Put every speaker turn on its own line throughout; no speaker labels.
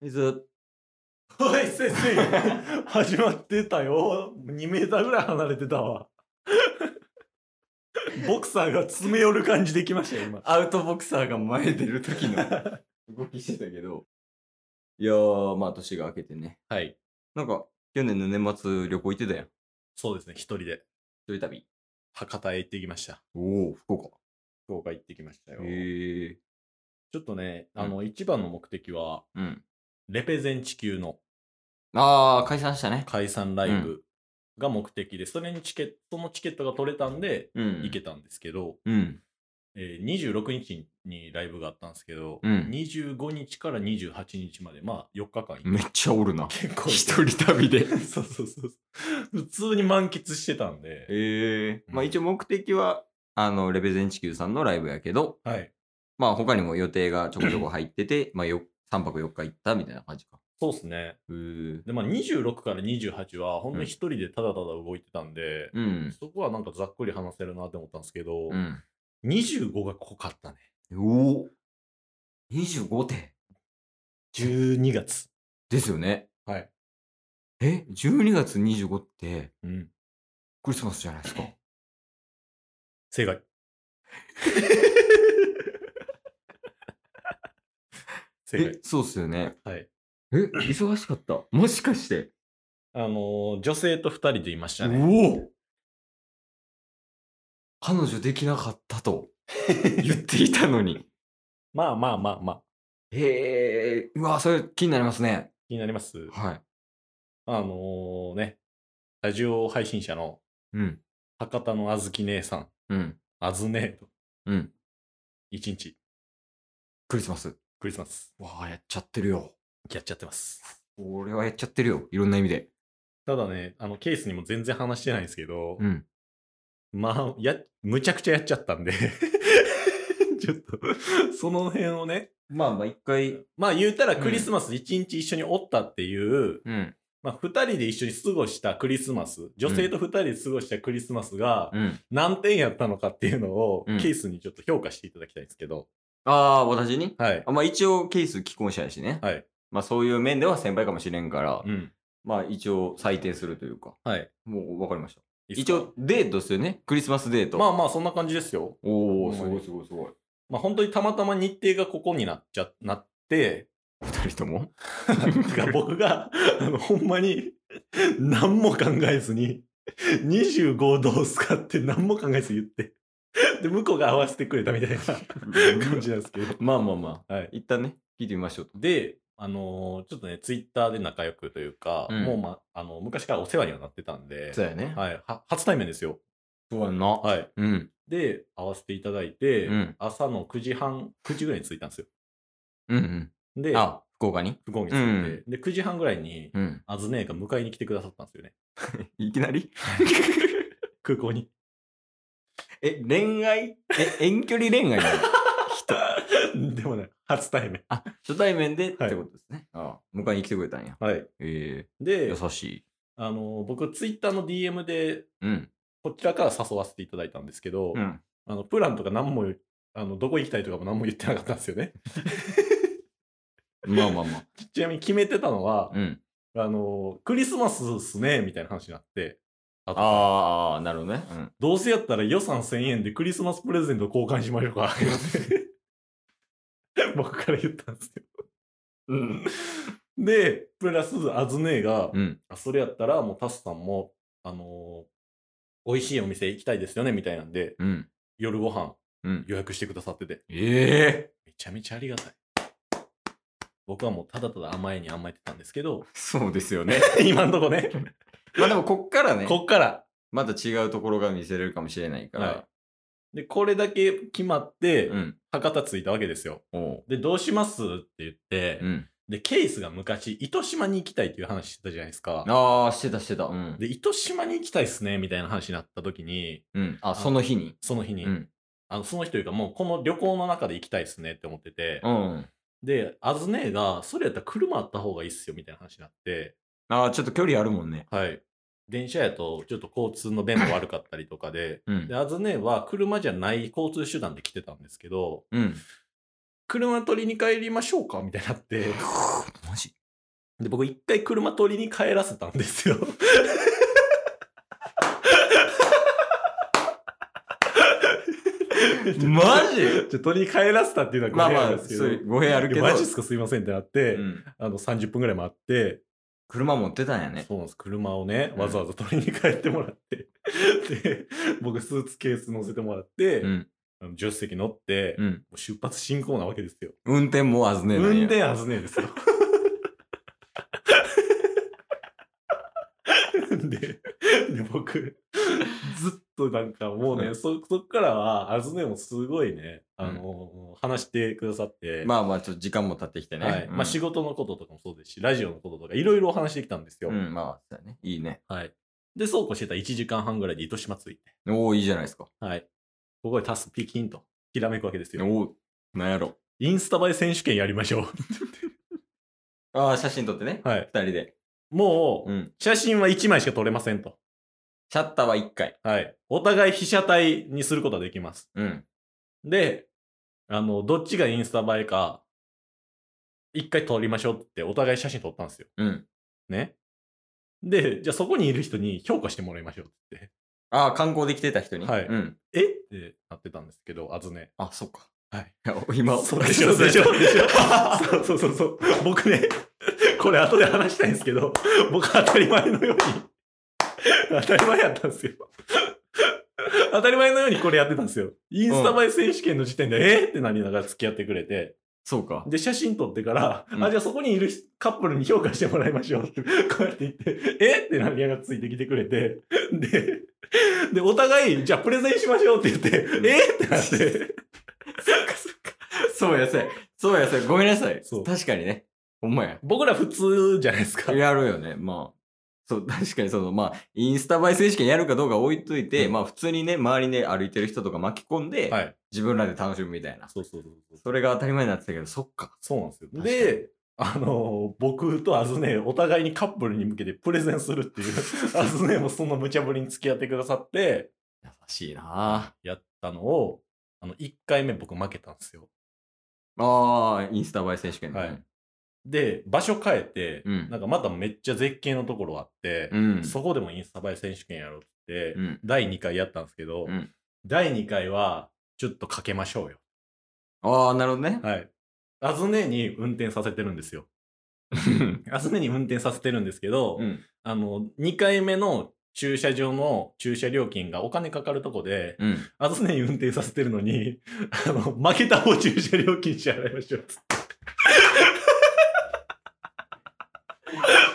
水。
はい先生始まってたよ2メーターぐらい離れてたわボクサーが詰め寄る感じできましたよ今
アウトボクサーが前出る 時の動きしてたけど。いやー、まあ年が明けてね。
はい
なんか、去年の年末旅行行ってたやん。
そうですね一人で
一人旅。
博多へ行ってきました
おお、福岡。
福岡行ってきましたよ
へえ。
ちょっとねあの、一番の目的は
うん。
レペゼン地球の
あー、解散したね。
解散ライブが目的で、それにチケットのチケットが取れたんで
うん
行けたんですけど、
うん。
えー26日にライブがあったんですけど、
うん
25日から28日までまあ4日間行っ
めっちゃおるな。
結構行って
一人旅で。
そうそうそうそう。普通に満喫してたんで。
へえ。まあ一応目的は、あの、レベゼン地球さんのライブやけど、
はい。
まあ他にも予定がちょこちょこ入ってて、まあよ3泊4日行ったみたいな感じか。
そうですね。
へー
で、まあ26から28は、ほんの一人でただただ動いてたんで、
うん。
そこはなんかざっくり話せるなって思ったんですけど、
うん。
25が濃かったね。
おお !25 点
12月。
ですよね。
はい。
え ?12 月25って
うん。
クリスマスじゃないです か。
正解。正
え
解、。
そうっすよね。
はい。
え、忙しかった。もしかして。
あのー女性と2人でいましたね。
おお彼女できなかったと言っていたのに。
まあまあまあまあ。
へえ、うわ、それ気になりますね。
気になります
はい。
あのーね、ラジオ配信者の
うん、
博多のあずき姉さん、
うん、
あずねと、
うん。
一日、
クリスマス。
クリスマス、
わあ、やっちゃってるよ。
やっちゃってます。
俺はやっちゃってるよ。いろんな意味で。
ただね、あの、ケースにも全然話してないんですけど、
うん。
まあ、や、むちゃくちゃやっちゃったんで、 ちょっと、その辺をね、
まあまあ、一回。
まあ言うたらクリスマス一日一緒におったっていう、
うん、
まあ二人で一緒に過ごしたクリスマス、女性と二人で過ごしたクリスマスが
うん。
何点やったのかっていうのを、
うん
ケースにちょっと評価していただきたいんですけど、
ああ、私に
はい。
あまあ一応ケース既婚者やしね。
はい。
まあそういう面では先輩かもしれんから、
うん。
まあ一応採点するというか。
はい。
もうわかりました。
いいっす
一
か
応デートですよね。クリスマスデート。
まあまあそんな感じですよ。
お
ほんまに
ごいすごい。
まあ本当にたまたま日程がここになっちゃ、なって、
二人とも
が僕が、あの、ほんまに、何も考えずに、25どうすかって何も考えず言って、で、向こうが合わせてくれたみたいな 感じなんですけど。
まあまあまあ。
はい。
一旦ね、聞いてみましょうと。
で、あのーちょっとね、ツイッターで仲良くというか、
うん
もう、ま、あの、昔からお世話にはなってたんで、
そうやね。
はい、は初対面ですよ。
そうやんな。
はい。
うん。
で、会わせていただいて、
うん
朝の9時半、9時ぐらいに着いたんですよ。
うんうん。
で、
あ、福岡に
不合について、で、9時半ぐらいに、
うん。
アズネーが迎えに来てくださったんですよね。
いきなり
空港に。
え、恋愛え、遠距離恋愛なの
でもね、初対面。
あ、初対面でっ
はい
てことですね。ああ迎えに来てくれたんや。
はい。
ええ
で、
優しい。
あの、僕、ツイッターの DM で、
うん。
こちらから誘わせていただいたんですけど、
うん。
あの、プランとか何も、あの、どこ行きたいとかも何も言ってなかったんですよね。
まあまあまあ。
ちちなみに決めてたのは、
うん。
あの、クリスマスっすね、みたいな話になって、あと
ああ、なるほどね。うん。
どうせやったら予算1000円でクリスマスプレゼント交換しましょうか。 僕から言ったんですよ。で、プラス、アズネーが、
うん。
あそれやったら、もうタスさんも、あのー美味しいお店行きたいですよね、みたいなんで、
うん。
夜ご飯
うん。
予約してくださってて、
ええ
めちゃめちゃありがたい。僕はもうただただ甘えに甘えてたんですけど、
そうですよね。
今んとこね、
まあでもこっからね、
こっから。
また違うところが見せれるかもしれないから。
はで、これだけ決まって、
うん。
博多着いたわけですよ。
おう。
で、どうしますって言って、
うん。
で、ケースが昔、糸島に行きたいっていう話してたじゃないですか。
ああ、してたしてた。うん。
で、糸島に行きたいっすね、みたいな話になった時に、
うん。あ、その日に。
その日
う
に、
ん。
あのその日というかもうこの旅行の中で行きたいっすねって思ってて、
うん。
で、アズネーが、それやったら車あった方がいいっすよ、みたいな話になって、
ああ、ちょっと距離あるもんね。
はい。電車やと、ちょっと交通の便も悪かったりとかで、
うん
で、。アズネーは車じゃない交通手段で来てたんですけど、
うん。
車取りに帰りましょうかみたいになって、
マジ
で、僕一回車取りに帰らせたんですよ。
マジ
ちょ取りに帰らせたっていうの は
まあま
語弊なん
あ、
で
そ
すけど。
ういう語弊あるけど、
マジっすかすいませんってなって、
うん
あの30分ぐらい待って、
車持ってたんやね。
そうなんです。車をね、
うん
わざわざ取りに帰ってもらって、 で、僕スーツケース乗せてもらって、
うん。
あの助手席乗って、
う
も
ん。
う出発進行なわけですよ。
運転もあずねえなんや
運転はずねえですよ。 でで僕ずっとなんかもうね、
うん
そそっからはあずねもすごいね、あの話してくださって、
まあまあ、ちょっと時間も経ってきてね。
はい
うん
まあ、仕事のこととかもそうですしラジオのこととかいろいろお話してきたんですよ、
うん、まあ、そうやね。いいね。
はい、でそうこうしてたら1時間半ぐらいで糸島ついて、
おおいいじゃないですか。
はい、ここでタスピキンとひらめくわけですよ
おおなんやろ。
インスタ映え選手権やりましょ
ああ、写真撮ってね。
う、はい、
二人で。
もう、
うん。
写真は1枚しか撮れませんと
シャッターは一回。
はい。お互い被写体にすることができます。
うん。
で、あの、どっちがインスタ映えか、一回撮りましょうってお互い写真撮ったんですよ。
うん。
ね。で、じゃあそこにいる人に評価してもらいましょうって
ああ、観光で来てた人に。
はい
うん。
言って、えってなってたんですけど、あずね。
あ、そっか。
はい。
いや 今、
そうでしょ、でしょ、でしょ。そうそうそうそう。僕ね、これ後で話したいんですけど、僕当たり前のように、当たり前やったんですよ。当たり前のようにこれやってたんですよ。インスタ映え選手権の時点で、えーってなりながら付き合ってくれて、
そうか。
で、写真撮ってから、
うん
あ、じゃあそこにいる人カップルに評価してもらいましょうって、こうやって言って、えーってなりながらついてきてくれて、で、で、お互い、じゃあプレゼンしましょうって言って、
ん
えーってなって、
そうや、そうや。そうや、そうや。ごめんなさい。
そう
確かにね。ほんまや。
僕ら普通じゃないですか。
やるよね。まあ。そう、確かにその、まあ、インスタ映え選手権やるかどうか置いといて、
うん
まあ、普通にね、周りね、歩いてる人とか巻き込んで、
はい。
自分らで楽しむみたいな。
そうそうそうそう。
それが当たり前になってたけど、そっか。
そうなんですよ。
確かに
で、あの僕とアズネ、お互いにカップルに向けてプレゼンするっ ていう、アズネもその無茶ぶりに付き合ってくださって、
優しいな
やったのを、あの、1回目僕負けたんですよ。
あああ、インスタ映え選手権ね。
はいで、場所変えて、
うん
なんかまためっちゃ絶景のところあって、
うん。
そこでもインスタ映え選手権やろうって、
うん。
第2回やったんですけど、
うん
第2回は、ちょっとかけましょうよ。
ああ、なるほどね。
はい。アズネに運転させてるんですよ。 アズネに運転させてるんですけど、
うん。
あの、2回目の駐車場の駐車料金がお金かかるとこで、
うん。
あずねに運転させてるのに、あの、負けた方駐車料金支払いましょうっつって。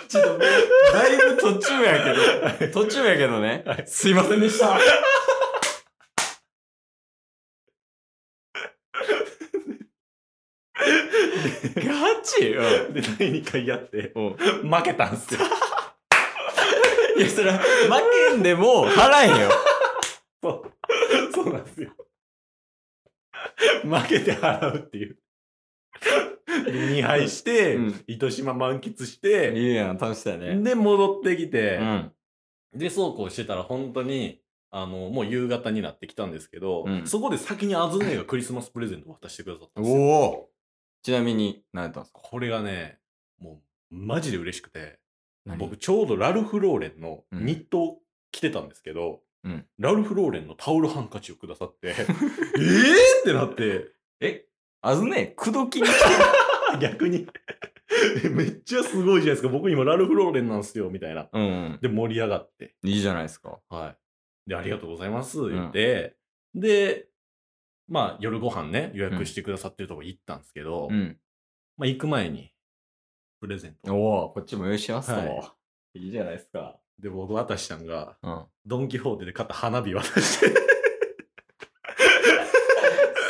ちょっと、だいぶ途中やけど、途中やけど ね。すいませんでした。 ガチよ。
で、第2回やって、
うん
負けた んすよ。
いや、それは、負けんでも払えよ。
そう。そうなんですよ。負けて払うっていう。で、2敗して、
うん
糸島満喫して、
いいやん、楽しそうやね。
で、戻ってきて、
うん。
で、そうこうしてたら本当に、あの、もう夕方になってきたんですけど、
うん
そこで先にアズネがクリスマスプレゼントを渡してくださったんですよ。
おお。ちなみに、何やったんですか
これがね、もう、マジで嬉しくて、僕
僕、
ちょうどラルフ・ローレンの
うん
ニットを着てたんですけど、
うん
ラルフ・ローレンのタオルハンカチをくだ さって、えぇってなって、
えあずね、口説きに来
あ逆に、え めっちゃすごいじゃないですか、僕今ラルフ・ローレンなんですよ、みたいな。
うんうん。
で、盛り上がって、
いいじゃないですか。
はい。で、ありがとうございます、
ん
言って、で、まあ、夜ご飯ね、予約してくださってるとこ行ったんですけど、
うん。
まあ、行く前に、プレゼントを。
おお、こっちも用意しますと。
はい
いじゃないですか。
で、僕、渡したんが、
うん。
ドン・キホーテで買った花火渡して、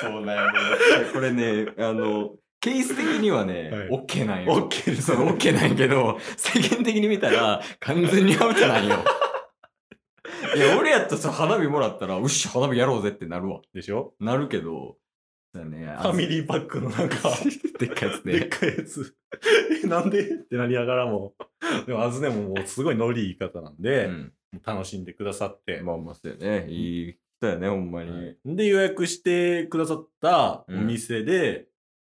そうなんだ。これね、あの、ケース的にはね
はい、
オッケーなんよ。
オッケーです
そのオッケーなんやけど、世間的に見たら、完全にアウトなん よ。いや、俺やったらさ花火もらったら、うっし、花火やろうぜってなるわ。
でしょ
なるけど、だね、
ファミリーパックのなんか、
ーでっかいやつ
でっ
ね。
かいやつ。え、なんでってなりながらも、でも、あずねももうすごいノリいい方なんで、
うん。
楽しんでくださって、
まあまあ、そうやね。いい人やね、ほんまに。
で、予約してくださったお店で、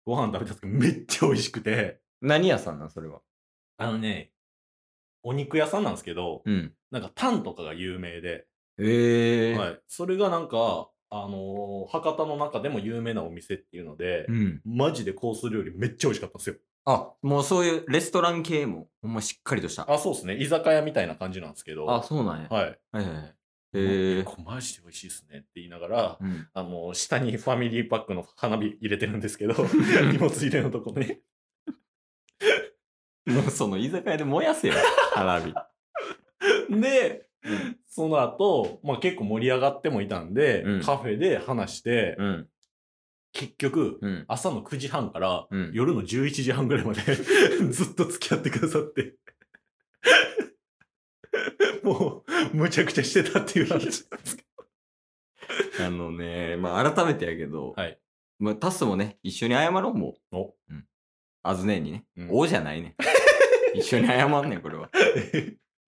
ご飯食べたんですけど、めっちゃ美味しくて、
何屋さんなん、それは。
あのね、お肉屋さんなんですけど、
うん。
なんかタンとかが有名で、
ええー。
はい。それがなんか、あのー博多の中でも有名なお店っていうので、
うん。
マジでコース料理めっちゃ美味しかったんですよ。
あ、もうそういうレストラン系も、ほんましっかりとした。
あ、そうですね。居酒屋みたいな感じなんですけど、
あ、そうなんや。
はい。
はいはいはい。ええ
これマジで美味しいですねって言いながら、
うん。
あの、下にファミリーパックの花火入れてるんで すけど、荷物入れのとこね。
もうその居酒屋で燃やせよ、花火。
で、
うん
その後、まあ結構盛り上がってもいたんで、
うん
カフェで話して、
うん。
結局、
うん。
朝の9時半から
うん。
夜の11時半ぐらいまで ずっと付き合ってくださって。 もう、むちゃくちゃしてたっていう話。
あのね、まあ改めてやけど、
はい。
まあタスもね、一緒に謝ろう、もう。
お
うん。あずねえにね。
うん
おじゃ ないね。一緒に謝んねん、これは。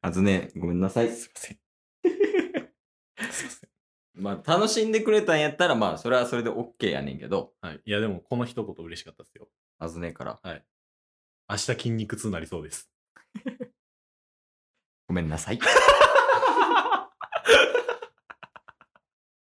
あずねえ、ごめんなさい。
すいま せん。すいません。
まあ楽しんでくれたんやったら、まあそれはそれで OK やねんけど、
はい。いや、でも、この一言嬉しかったですよ。
あずねえから、
明日筋肉痛になりそうです。
ごめんなさい。